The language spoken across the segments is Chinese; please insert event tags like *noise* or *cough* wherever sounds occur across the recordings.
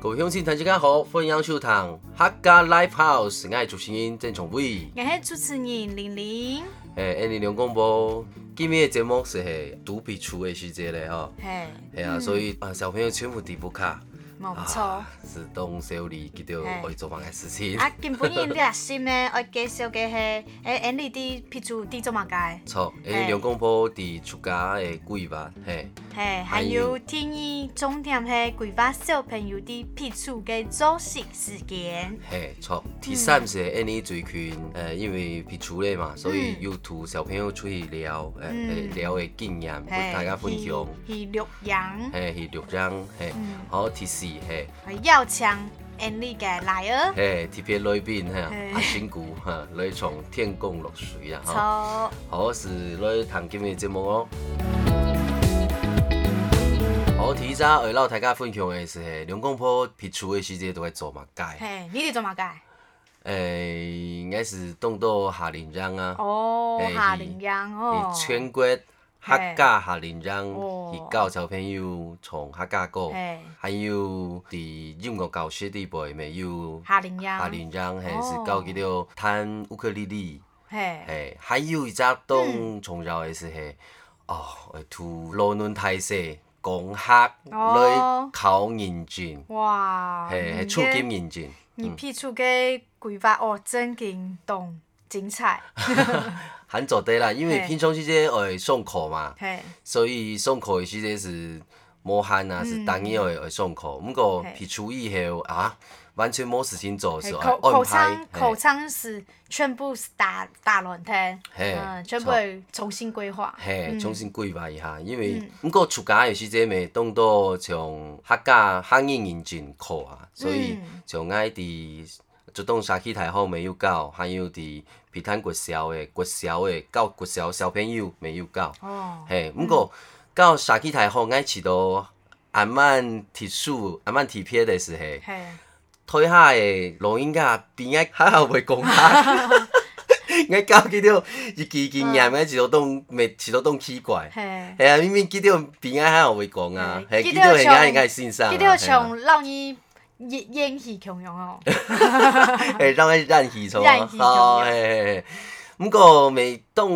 各位乡亲，大家好，欢迎收看《客家 Live House》，我是主持人郑崇伟。我是主持人玲玲，诶，安尼两广播，今日的节目是嘿独笔出的时节嘞吼，嘿，系啊，所以啊小朋友全部底不卡，冇嗯哦错。啊，自动修理，佮着嘿可以做忙嘅事情。啊，根本伊热心呢，我介绍嘅系诶，安利啲譬如啲做物嘅，错，诶，两广播伫出家的几吧，嘿，嘿，还有天意重点系规划小朋友啲譬如嘅作息时间，嘿，错。嗯第三是安尼最近，诶，呃因为撇除嘞嘛，所以嗯有图小朋友出去聊，诶，嗯诶聊的经验，跟大家分享。系洛阳，嘿，是六张，嘿嗯，好第四嘿，系邀请安利嘅来啊，嘿，特别来宾嘿，嘿阿辛苦哈，来从天宫落水啊哈，错，好是来谈今日节目哦。好，提早为老大家分享的是嘿，两公婆撇除的时节都会做嘛解，嘿，你哋做物嘅，诶，应该是动到夏令章啊，哦，嘿夏令营哦以，全国客家夏令章，哦去教小朋友从客家歌嘿，还有伫音乐教室里边咪有。夏令营，阿啊林章嘿哦是教去了弹乌克丽丽，嘿，嘿，还有一只嗯动从绕的是嘿，哦，会吐罗伦泰式讲客来哦考认证，哇，嘿，嘿嗯出嘅金认证，你批出嘅规划哦，真劲动 *laughs* 精彩，很做对啦，因为嘿平常时节会上课呃嘛，嘿，所以上课的时节是无限啊，是单一会会上课，不过嗯嘿撇除以后啊，完全冇事情做嘿是口会口安腔排，口嘿腔是全部是打打乱听，嘿嗯，全部错重新规划，嘿，嗯重新规划一下，因为不过出家有时这咪当到像客家汉语认证课啊，所以嗯像爱伫竹东社区大学没有教，还有伫皮坦国小的国小的教国小小朋友没有教，哦，嘿，不过到社区大学爱去到阿曼铁树阿曼铁片的时候，嘿，台下的老人家边仔还好袂讲下。我教去了，一支经验，我一路当，咪一路当奇怪。嘿，系啊，明明记得平安还有会讲啊，系嘿记记得得人家像应该线上啊，记得系啊像让伊演演戏强 *laughs* 用哦，嘿，让伊让戏从啊让，戏从好，嘿嘿嘿。不过每当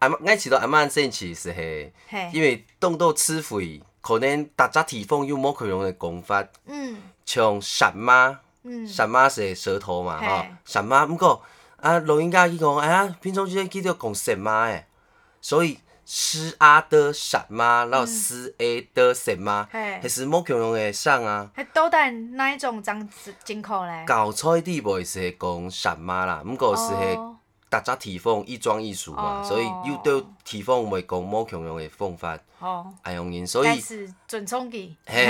阿妈，我知道阿妈生气是嘿，因嘿，为当到吃肥，可能大家地方有某可能的讲法，嗯像神妈，嗯，神妈是舌头嘛，嘿吼，神妈。不过啊，老人家去讲，哎呀，平常时记得讲神妈诶，所以。师阿的神妈，然后师 A 的神妈，嘿还，是某强用的上啊。还都等哪一种张进口嘞？搞菜地袂是讲什么啦，毋过是迄哦大家提防一装一术嘛，哦所以又对提防袂讲某强用的方法，哦，哎用人，所该以是准冲击， *laughs* 嘿，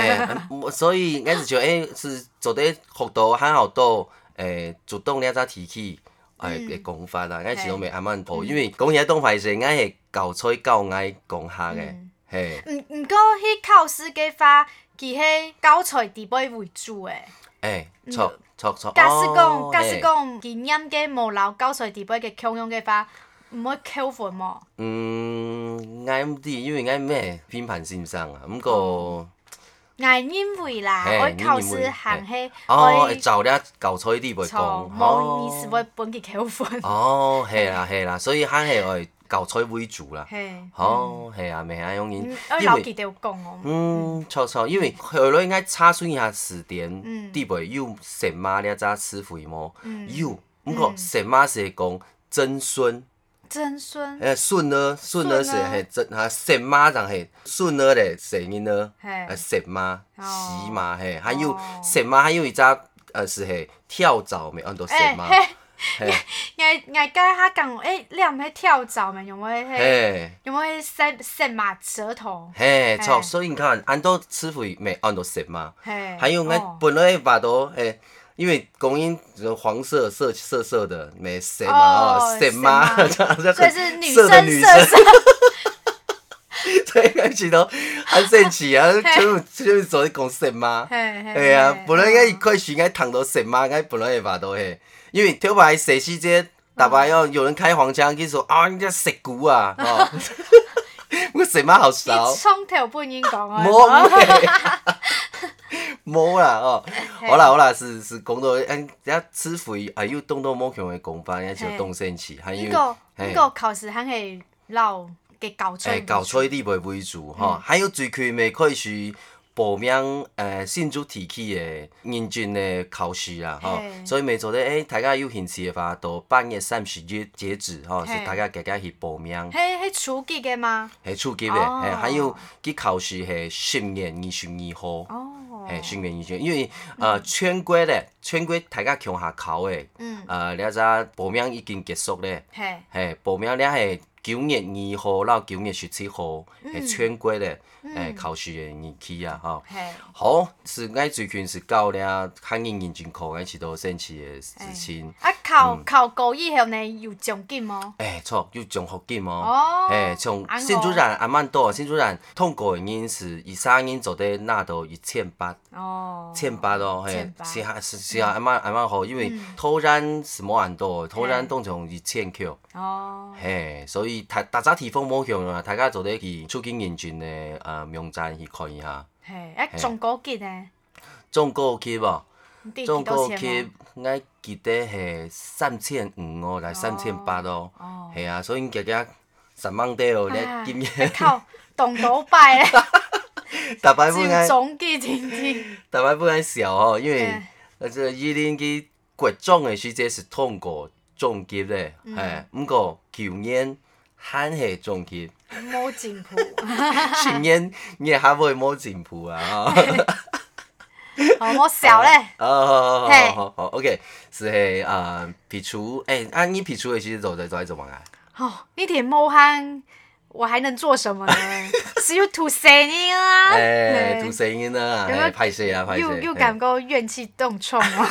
嗯所以俺是像诶是做得学到很好多诶主动了才提起。哎，嗯嘅讲法啦，俺是嘿嗯拢袂阿曼抱，因为讲起来当排是俺是教菜教爱讲下嘅嗯，嘿，毋毋过，迄考试计法，其迄教材地位为主诶。诶，错错错，嗯假使哦讲，假使嘿讲，经验嘅无留教材地位嘅强用嘅话，毋会扣分哦。嗯，俺唔知，因为俺咩偏袒先生啊，毋哦过我认为啦，嘿我你考认为试行迄哦，会走了搞错啲袂讲，错，哦无你是会分去扣 Ờ. 分。哦，系啦系啦，所以喊系会搞错为主啦，嘿，哦，系啊，咪啊，用因嗯我因老记为得有讲 Ừ. 哦。嗯，错错，因为后来应该查询一下词典，嗯啲袂有神妈呢只词汇么？嗯有，不过神妈是会讲曾孙，曾孙，诶孙呢孙呢是孙呢系真啊神妈人系孙呢咧神音呢。嘿呃，，神嘛，哦喜嘛嘿，还有哦神嘛，还有一只呃是嘿跳蚤没按到神诶，嘛，嘿，嘿我我甲他讲，诶，你毋会跳蚤嘛？有无迄？嘿有无迄伸伸嘛舌头？嘿，错，嘿所以你看，按到师傅没按到神嘛，嘿，还有哦我本来把到嘿。因为公因就是黄色色色色的，没神嘛哦哦，神嘛，*laughs* 神这样这样所以是女色生的女 *laughs* 色色， *laughs* 所以开始都很神奇啊，就是就是所谓讲神嘛，嘿嘿哎呀，本来该一嘿块树该躺到神嘛，该本来会爬到嘿，因为跳牌蛇世界，大把要哦嗯有人开黄腔，跟你说啊，人家食骨啊，哦， *laughs* *laughs* 我神嘛好你少， *laughs* 哎冲头不应讲啊，冇咩，摸啦哦，好啦好啦，是是工作，哎，人家吃福哎呦，动动摸强的功法，人家就动身起，还你因个嘿你个考试还会老给搞哎吹，嗯搞吹你袂为主吼，还有最起码可以是报名诶新竹呃提起的认真的考试啦吼嘿，所以每做咧诶大家有兴趣的话，到八月三十日截止吼，是嘿大家大家去报名。嘿嘿初级的吗？系初级的，哦嘿，还有佮考试系十月二十二号，哦，嘿，十月二十二，因为呃全国咧，全国大家向下考的，嗯，呃，你知报名已经结束咧，嘿，嘿，报名了系九月二号到九月十七号，嗯系全国咧，诶，考试的日期啊，吼。嘿，好，是我最近是到了很认真考，我是到升旗的事情。啊考考高一后呢有奖金吗？诶，错，有综合金哎哦哦。诶，从安好新主任阿曼多，新主任通过的人是以三人做得拿到一千八，哦，千八哦，嘿千，八嗯是啊是是啊，阿曼阿曼好，因为突然什么很多，突然当成一千扣，哦，嘿，所以大大家提防无向啊，大家做得去出境认真的呃名站去看一下，嘿，啊中高级呢？中国级哦。你得总几多共钱去吗？，我记得是三千五哦，来三千八哦哦，系啊，所以家家十蚊底哦，啊你今 *laughs* 啊日靠，动刀 *laughs* 拜嘞，大 *laughs* 摆只本有来总 *laughs* 级听听。大摆本来笑哦，因为嘿呃这伊年去国中的时节是通过中级咧，嘿，毋过去年还是中级，摸进步，去年你还袂冇进步啊，吼。好摸小嘞，哦，好好嘿好好好，OK，是嘿啊，撇除，哎，啊，你撇除的时实做在做在做么啊？哦，你挺摸憨，我还能做什么呢？ *laughs* 只有吐声音啊，哎，嘿读声音啊，有没有哎，拍摄啊，拍摄。又又嘿感觉怨气动冲哦，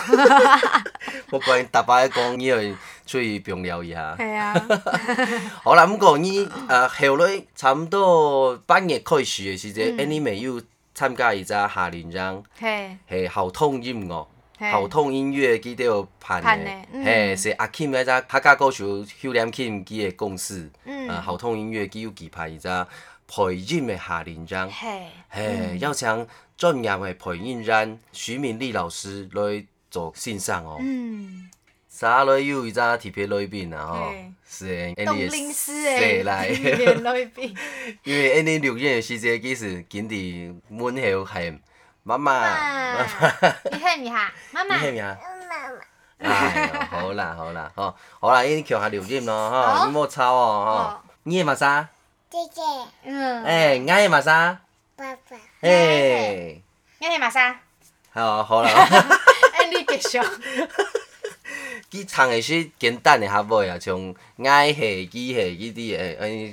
*laughs* 我关大把讲，你会出去病聊一下。系啊，好啦，毋过你呃后来差不多八月开始的时嗯阵，哎，你没有参加一只夏令营，嘿，系好痛音乐。嘿好痛音乐记得盼盼的的，嗯嘿，是阿 Kim 那只客家歌手 Hugh Lam Kim 伊的共识，嗯呃，好痛音乐伊有期盼一只配音的夏令营。嘿，嘿，嗯要请专业的配音人徐明丽老师来做欣赏哦。嗯，啥来有一只特别来宾啊吼嘿，是的，安冻尼零食是诶，来，眼泪冰， *laughs* 因为安尼六月的时节，其实紧伫门口喊妈妈，你喊你哈，妈你妈，喊啥？哎呦，好啦好啦，吼，好啦，因叫下六音咯，好吼，你莫吵哦，好吼，你的嘛啥？姐姐，嗯，哎，我的嘛啥？爸爸，哎，你喊嘛啥？好，好啦。哎，你继续，伊唱的是简单的较尾啊，像爱系、记系、记啲诶，安尼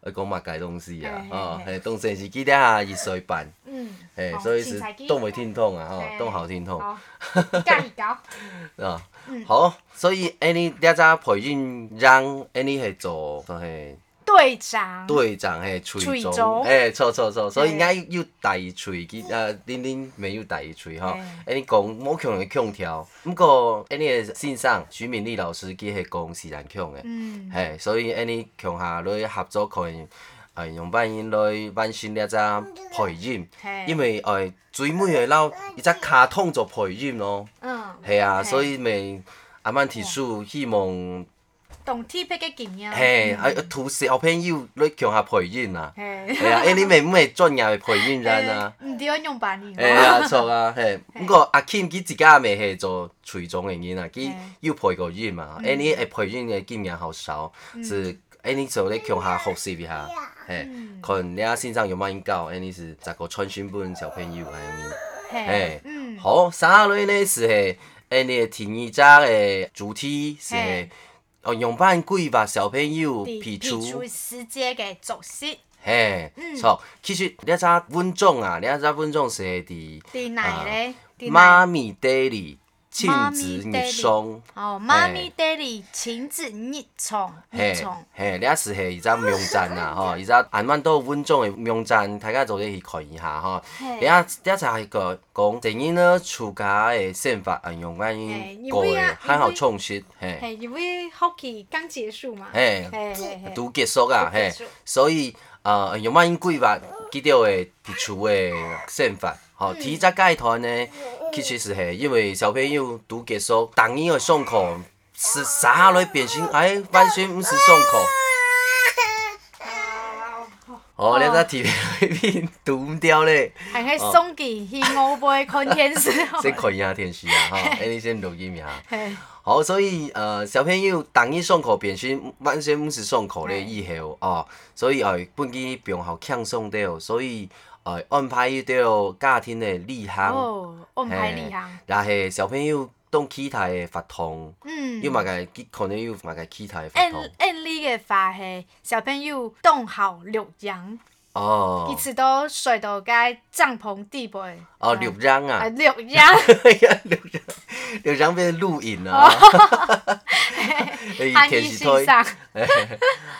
呃个会讲嘛解东西啊，嘿吼嘿，嘿嘿，当然是记得啊热水办，嗯，嘿好，所以凊是彩记动袂听痛啊，吼嘿，哦动好听痛，好，教伊 *laughs* 教，啊，嗯好，所以安尼你啊早培训人，安尼系做，嘿，队长，队长嘿，吹吹钟，钟诶，错错错，所以嘿我要第一吹，记啊，恁恁没有第一吹吼嘿，安尼讲冇强人强调，毋过安尼诶欣赏徐敏丽老师佢系讲是人强诶。嗯，嘿，所以安尼强下来合作可能，呃，用扮演来完成了只配音，嘿因为呃最尾的了一只卡通做配音咯，嗯，系啊，嘿嗯所以咪阿曼提出希望，懂 T P 嘅经验，嘿，啊，图示后朋友来强下配音啊，嘿，系啊，安尼咪唔系专业的配音人啊哎。唔对，用白你， *laughs* 哎啊，错 *laughs* 啊，嘿。不过阿 Kim 佢自家咪係做隨種嘅人啊，佢要配個音嘛。嗯安尼誒配音嘅經驗好少，是安尼做咧向下學習一下，哎嘿。嗯可能你阿先生有乜教，安尼是十個穿新本小朋友安尼。嘿嘿，嗯，好，三類呢是係安尼第二家嘅主題是係嘿哦用班規劃小朋友撇撇除除。世界嘅作息，嘿，嗯错，其實你知穩重啊，你知穩重是伫伫哪咧？在哪妈咪 daily 亲子日松，哦，妈咪 daily 亲子日宠日嘿宠，嘿，你啊是系一只名站 *laughs* 啦吼，一只安曼都稳重的名站，大家做啲去看一下吼。嘿你啊，你啊就系个讲，正因呢厝家的宪法运用关嘿于因个为啊的很好创新，嘿，嘿，因为 hockey 刚结束嘛，嘿嘿嘿拄结束啊，都嘿结束，所以呃，用乜因规划记得的提出的宪法，吼，提早解团呢，其实是系因为小朋友拄结束，逐年的上课是啥来变成哎，完全毋是上 *laughs* 课。哦，你只 TV 里面读唔掉咧，还可以送给去我杯看 *laughs* 电视。先看一下电视啊，吼，哎，你先录音一下。嘿好，所以呃，小朋友逐日上课变成完全毋是上课咧以后哦，所以呃，本身平校轻松着，所以呃，安排伊着家庭的礼行，哦，安排厉害。然后小朋友当起台的发通，嗯又。嘛个可能又嘛个起台的发按通，按你的话系小朋友冻好六阳，一哦，直都睡到该帐篷地步。哦，六张啊 *laughs* 啊，六阳，哎呀，六张，六张变成录影 *laughs* 啊， *laughs* 安逸欣赏。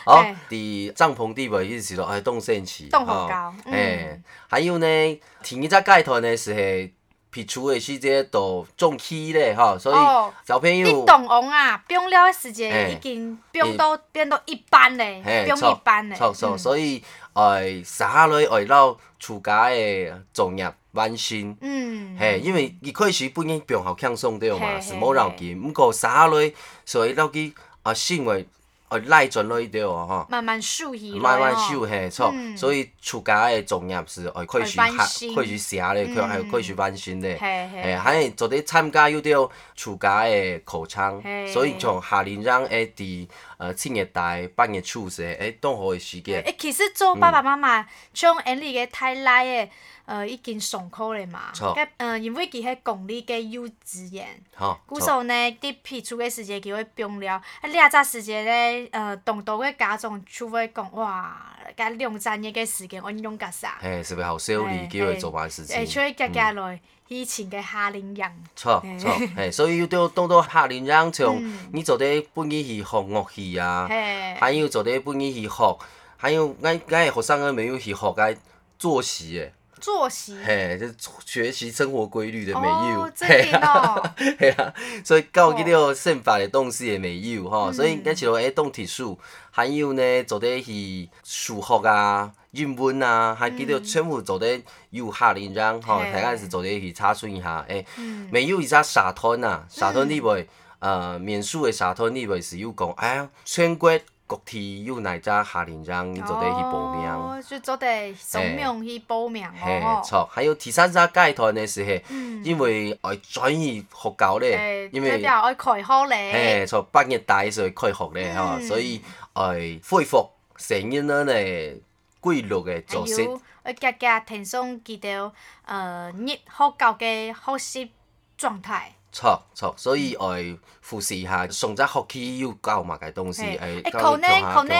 好嘿，伫帐篷底部意思咯，哎，动身起，动好高哦嗯哎，还有呢，天一只解脱呢是系撇除的时节都中气咧吼，所以哦小朋你友冻王啊，冰了的时嘿间已经冰到变到一般嘞，冰一般嘞。错错，嗯所以哎，下落爱到厝家的作业完成。嗯，嘿，因为一开始本应病好轻松对嘛，嘿是冇闹紧，毋过下落所以到去啊，性为啊赖转落去对哦吼。慢慢熟悉慢慢修嘿，错、嗯所以出家的作业是会开始要翻学，新开始写咧，嗯佢还有开始翻新咧。嘿嘿嘿，啊还做啲参加有啲出家的考场，嘿所以从下年人会伫呃七月台八月初时，诶，当好的时间。诶，其实做爸爸妈妈像安利个太奶诶，呃，已经上课了嘛嗯错。佮呃，因为佮迄公立嘅幼稚园。吼，古时错候呢，啲撇除嘅时间就会变了。啊，你啊只时间咧，呃，同到嘅家长就会讲，哇，甲两三日嘅时间，我用甲啥？嘿，是不是好少年嘿哎机会做完事情诶，？出去夹夹来，以前嘅夏令营，错嘿错，嘿，所以要到当到下年人从嗯你做啲本语是学乐器啊。嘿，还有做啲本语去学，还有咱咱的学生个没有去学个作息诶，作息，嘿，就学习生活规律的没有哦，，真紧 *laughs* 哦，嘿啊，所以教迄个宪法的东西也没有吼，所嗯以咱像诶动体术，还有呢做啲是数学啊、英文啊，还记得全部做啲有下令章吼，嗯嘿大概是做啲去查询一下诶，嗯没有伊只沙滩啊，沙滩你袂呃免税的沙滩你袂是有讲，哎呀，全国各地有哪只下令章，你做啲去报名。哦，就做得上面去报名嘿，哦，错，还有第三只阶段的时候，嗯，哎因为爱转移学校咧诶，，因为代表爱开好嘿咧，哎从八月底就开学咧吼，嗯哎所以爱恢复成人咱的规律的还作息，有爱夹夹提升记得呃日好教嘅学习状态。错错，所以爱复习一下上只学期要教嘛嘅东西，嘿诶，诶，哎教可你教能下教下可看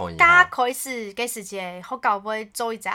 能一大下。开始嘅时节，学校会做一只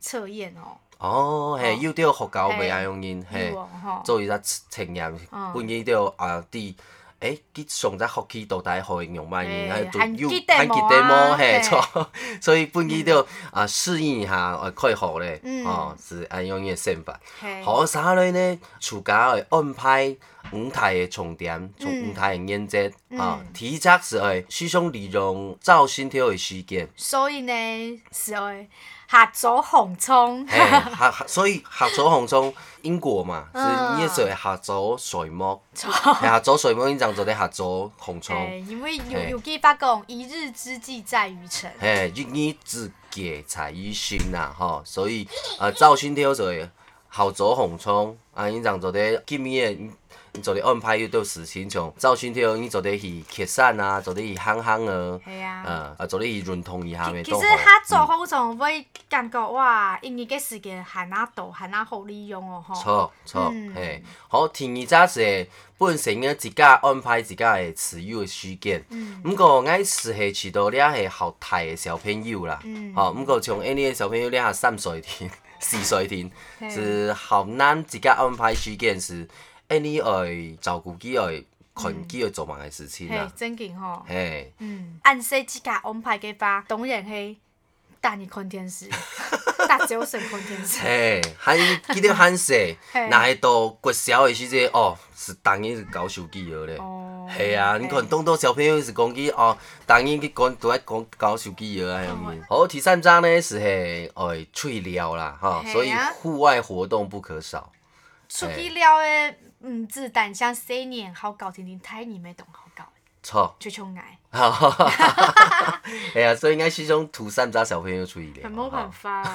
测验哦，哦，嘿，哦要着学校袂嘿安用因，嘿有，哦吼。做一只测验，嗯本身着啊啲。诶，佮上只学期到底互伊用乜嘿嘢？啊還有記得還記冇得啊冇嘿嘿錯， *laughs* 所以本身着啊适应一下呃開學咧，嗯哦是按用伊嘅想法。嘿好，啥类呢？暑假會安排五台嘅重點，從嗯五台嘅演節啊嗯，體則是會使用利用造新條嘅時間。所以呢，是会下左红葱，嘿， *laughs* 合合哎所以合作紅中英國嘛，是嗯呢就係合作水墨，係合作水墨，呢就做啲合作紅中。嘿因为有嘿有句话讲，一日之计在于晨。嘿，一年之计在于心啦，吼，啊所以呃，造型雕就会好做红冲啊，你讲做的见面的，你做的安排有到事情像造型雕，你做的是客散啊，做的是行行啊，系啊，呃，啊做的是润通一下的其其都实好他做好总会感觉哇，因为嘅时间还哪多，还哪好利用哦吼。错错，嗯嘿、好，第二早是本身嘅自家安排自家嘅持有嘅时间，嗯毋过我是系迟到了系后台嘅小朋友啦，嗯吼、毋过从 N 嘅小朋友了下三岁天、 *laughs* 四岁天，嘿是好难自家安排时间是 N 爱照顾佢爱群佢爱做埋嘅事情嘿啦，，真劲吼。嘿。嗯，按说自家安排嘅话，当然系带你看 *laughs* 电视，大小声看电视。嘿，还记得很细， *laughs* 嘿那系到国小的时阵哦，是当然是搞手机了咧。哦，係啊，你可能當到小朋友是講佢哦，當然佢講都喺講搞手機哦嘢啊，咁樣。好，第三張呢是係誒吹料啦，哈，嘿啊所以戶外活動不可少。出去了诶，毋止单像细年好搞，天天太年咪懂好搞，錯，就像爱， *laughs* 哎呀，所以應該是種土三張小朋友吹料。冇哈办法。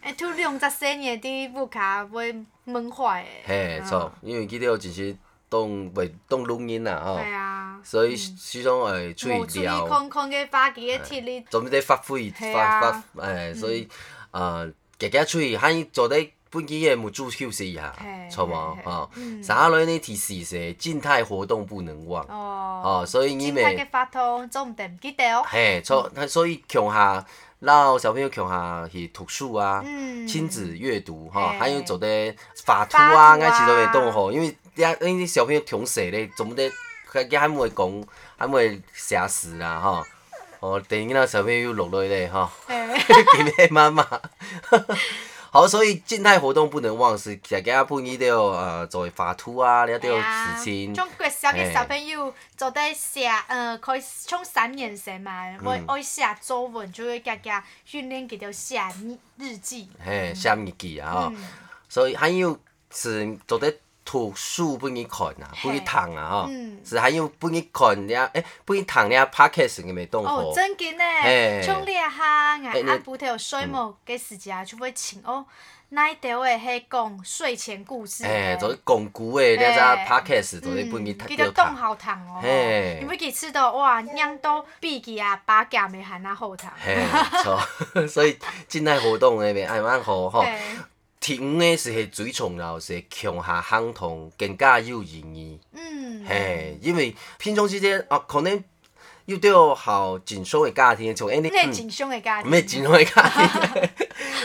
哎，都两只细年啲乌卡会闷坏诶。嘿，錯，嗯因為佢哋有陣時當為當錄音啦，吼，系啊。所以是種誒吹冇出去料，看看嘅把己嘅铁力，總之發揮嘿發啊發誒，所以呃誒家家吹，喺做啲本地嘅木主休息一下嘿，錯冇哦嘿嘿吼。嗯啥類呢提示是靜態活動不能忘，哦，哦，所以你真太咪嘅发通总唔定唔记得哦。嘿錯，所以強下撈小朋友強下去讀書啊。嗯，亲子阅读哈，嘿还有做的法图啊，法图啊俺其实会动吼，因为呀，因为小朋友挺细咧，总得还还唔会讲，还唔会写诗啦吼。哦，等于那小朋友落来咧吼，嘿。 *laughs* 给你妈 *laughs* 妈。好，所以静态活动不能忘，是大家不一定要呃做法图啊，了对要啊事情。中國小嘅小嘿朋友做得寫，呃，佢從三年級嘛，會愛寫作文，就會家家訓練佢哋寫日日記。嘿，写日记啊吼。嗯所以还有是做得图书不去看啊，不嘿去读啊吼嗯，是还有不去看了，诶，不去读了 p o d c a s 嘅咪当哦好，，真嘅嘿呢，從呢一下啊嘿眼你嗯眼部頭睡夢嘅時間就會請哦，那一條嘅係講睡前故事。诶，做巩固嘅了只哦嘿 p o d c a s 做得不去嗯，读佢了就读凍，好糖哦嘿，因為佢吃到哇，娘都啊比佢阿爸夾咪喊那好糖。嘿，错， *laughs* 所以真系活动嘅咪爱蛮哎好吼。嘿第五嘅是係水床然後是強下行同更加有意義。嗯，嘿，因為平常時間哦，可能要對好緊張嘅家庭，從嗯安尼你係真凶嘅家庭。咩錢可以加 *laughs* 啲？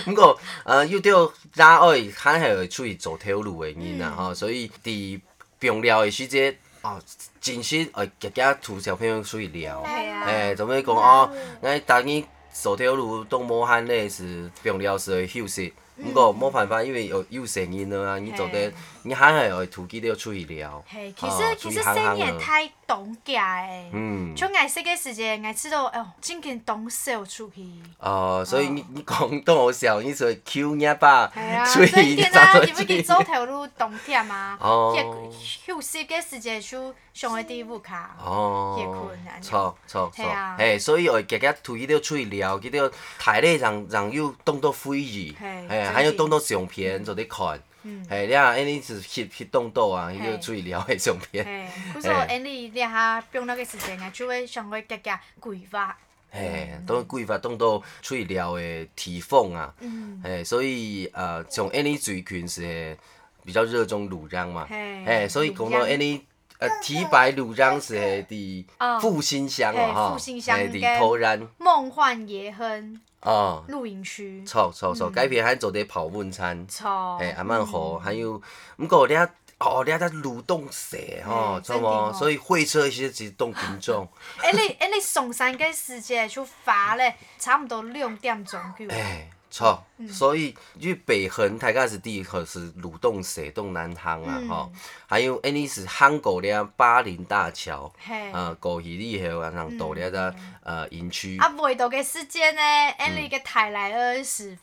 不過，呃，要到拉愛，肯係會出去做條路嘅人啦，嗯吼、所以伫病療嘅時節，哦，真呃實會家家同小朋友出去聊，係啊。誒、做咩講哦？嗯我當然做條路都無限咧，是病療是會休息。嗯不過冇辦法，因為有有成人啊，你做得你肯係會突擊要出去聊，嘿，其哦实、其实生意太懂假诶，嗯。像爱识嘅时间，爱知道哦，真紧懂少出去。哦，所以你你讲到好笑，你就 Q 一把系啊，出所去以就见啊，出因为去佢。走条路懂忝啊，哦迄休息嘅时间就上个第五卡。哦，也困难错错嘿错啊，嘿，所以我家家推迄条出去聊，迄条睇咧人人又当作非议，嘿嘿，真还有是当作相片做咧看，嗯嘿，你啊，安尼是翕翕当到啊，迄条嘿出去聊的相片，嘿，故说安尼你下用那个时间，爱就会上个家家规划。嘿，当规划当到出去聊的提防啊，嗯，嘿，所以呃，从安尼最近是比较热衷鲁嚷嘛，嘿嘿，所以讲到鲁嚷安尼。呃，提白鲁嚷是伫哦复兴乡嘿哦，哈，复兴乡嘿伫跟头然梦幻野亨哦，露营区。错错错，改变还做啲跑温餐，嗯错。嗯诶，阿蛮好，还有，毋过你啊，哦，你啊，在蠕动蛇吼，错嗯真的无？哦所以会车其实是动品种，哎、你哎、你上山嘅时间出发咧，差唔多两点钟就。诶，哎错，所以因为北横大概是第一个是蠕动蛇动南行啊嗯吼，还有诶，你是韩国的巴林大桥，嘿，啊，呃，过去你还有人到了个嗯呃营区，啊未到嘅时间呢，安嗯尼嘅泰来尔是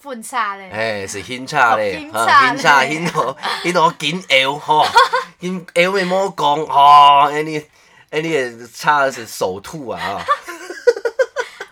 分叉咧，诶，哎是欣差咧，哦啊欣赏欣咧赏欣赏紧腰 *laughs* 吼，紧腰咪莫讲吼，E 安尼安尼个差的是手吐啊，啊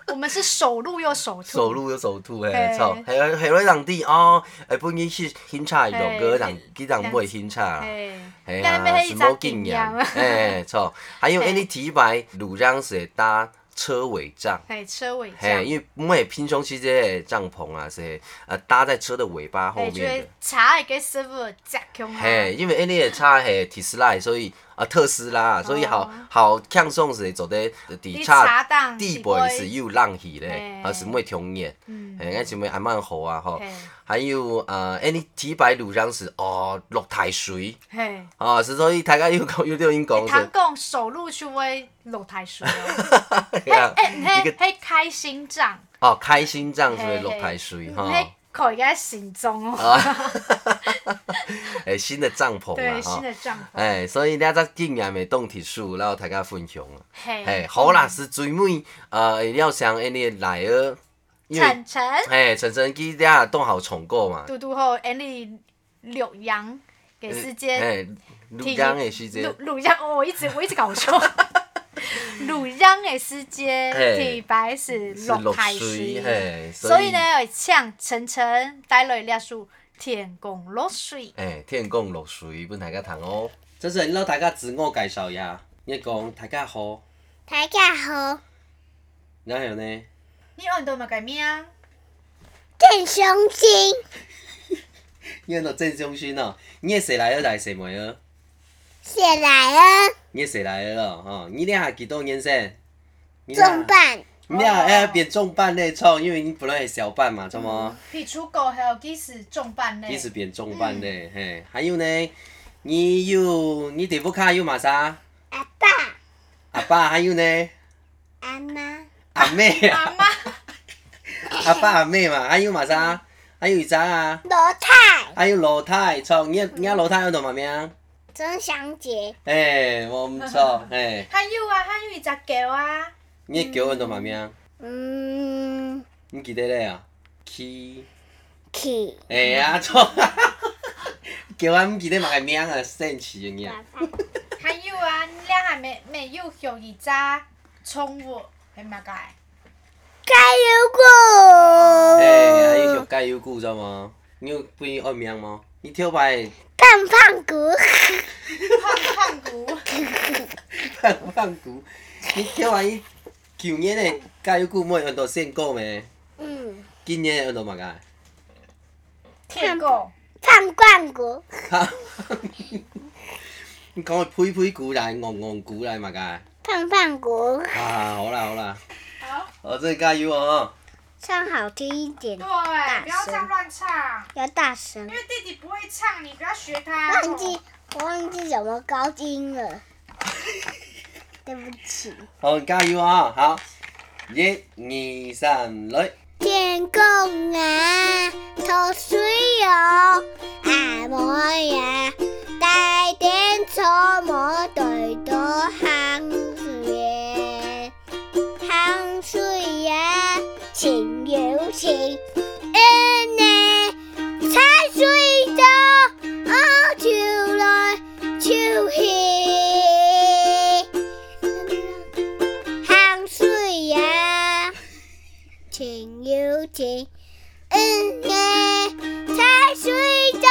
我们是手路又手吐。手。入又手 *laughs* 吐诶，嘿操，系啊系咯，人哋哦，诶，本身是欣赏一种歌，嘿人佢人唔会欣赏啦，嘿，系但啊咩，是一冇只经经验验，，诶，错，还有嘿安尼提牌路上是搭车尾帐。 *laughs* 嘿，车尾嘿，帐，因为我们平常时这帐篷啊，是呃搭在车的尾巴后嘿，面就的会。查一个师傅夹强啊。嘿，因为 N 个差系特斯拉，所以啊特斯拉，所以好好向上是做得底哦你差查档地是背会是有浪起咧嘿，啊是袂重演，嗯嘿，俺是袂阿蛮好啊吼嘿。还有啊，安尼几百路上是哦落台水，嘿，哦是所以大家又讲又对因讲他是，讲手路就会落台 *laughs* 水哦，嘿啊哎，一嘿个，嘿，开心帐。哦开心这样子嘿的落台水嘿哈啊嗯，嘿可以在心中哦。诶，哎新的帐篷啦 *laughs* 对，吼新。的帐篷。诶，所以咱只经验的动体术，然后大家分享啊。嘿嘿，，好啦，是最尾呃，要像安尼来个，因为晨晨，嘿，晨晨去遐都好重过嘛。嘟嘟后 a n 柳阳给世界嘿，陆江的时鲁间，鲁阳，哦，我一直我一直搞错。 *laughs* 鲁阳的世界嘿体白是是落落海水，水，嘿，所以呢，会呛晨晨带了一粒树天公落水。诶，天公落水，本大家谈哦。这是老大家自我介绍呀，你讲大家好，大家好，然后呢？你运动嘛改名？啊郑雄金，你那正中心哦，你也谁来了来谁没了？谢来恩，你也谁来了哦？吼你俩几多年生？你俩重，磅，你俩哎别重办那创，因为你本来是小办嘛，怎么？皮出狗还有几时重办呢你是变重办嘞，嘿，还有呢，你有你地方卡有嘛啥？阿爸、阿爸还有呢，阿妈、阿妹啊，阿妈，阿爸阿妹嘛，还有嘛啥？还有啥啊？罗太、还有老太，操，你你老太有懂嘛名？曾祥杰、哎，我唔错，哎，还有啊，还有一只狗啊，你叫我懂嘛名？嗯，你记得嘞啊？去。去哎呀， *laughs* 错，叫俺唔记得嘛个名啊，生气个爸样。爸，还有啊，你俩还没没有养一只宠物，还嘛 *laughs* 改？加油 Dạ. 哎，还有过，小盖有故知吗？你有不伊爱名吗？你跳牌 *laughs* 胖胖骨，胖胖骨，放放鼓，你跳牌伊旧年的盖有故没有到先过没？嗯，今年有到嘛 *laughs* 个？舔狗，胖罐骨，哈，你讲个呸呸鼓来，戆戆鼓来嘛个？胖胖骨，啊，好啦好啦，好，我真的加油哦！唱好听一点，对，大不要声唱，乱唱，要大声因。为弟弟不会唱，你不要学他。忘记我忘记什么高音 *laughs* 了，对不起。好，加油啊！好，一、二、三，来。天公啊，托水哦，阿妹呀，大点草帽对到行水行水呀，情有情，恩呢，踩水到我跳来跳去，行水呀。情有情，恩爱在水中，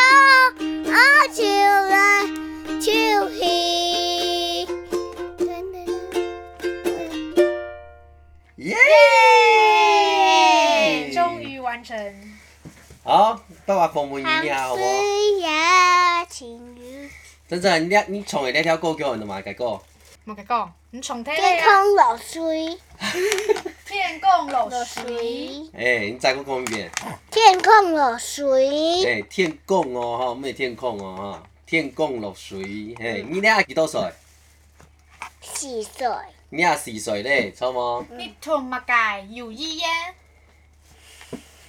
我求来求去。耶！哎终于完成。好，到我访问你啊，好无？行水呀，情有等阵你你创的那条歌叫人嘛？结果莫甲讲，你重听天咧啊！空落水，舔狗落落水，水，诶，你再给我讲一遍。天空落水，诶，天公哦，吼，咩天公哦，吼，天公落水。嘿，你俩几多岁？四岁，你俩四岁咧，错无？你同莫改有意耶？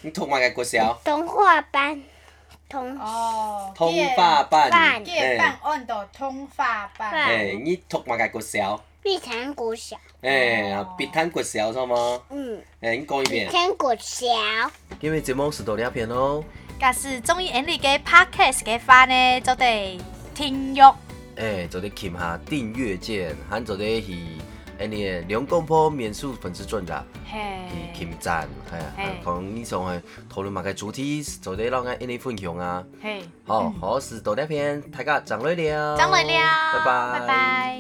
你读埋个国小，童话班，童 Ờ. 哦，通法班。班夜诶，半按到通法班，诶，你读埋个国小，碧潭国小，诶，别摊国小，错无？嗯，诶，你讲一碧遍。潭国小，因为节目是到两片哦咯。假使中意 Andy 嘅 podcast 嘅番呢，就得听约。诶、做啲撳下訂閱鍵，還做啲是誒你的兩公婆免數粉絲專頁，嘿，去撳讚，係啊，嘿還講呢種係討論埋嘅主題，做啲讓人一分享啊。嘿，好，好是到呢篇，大家講累了，張磊了，拜拜，拜拜。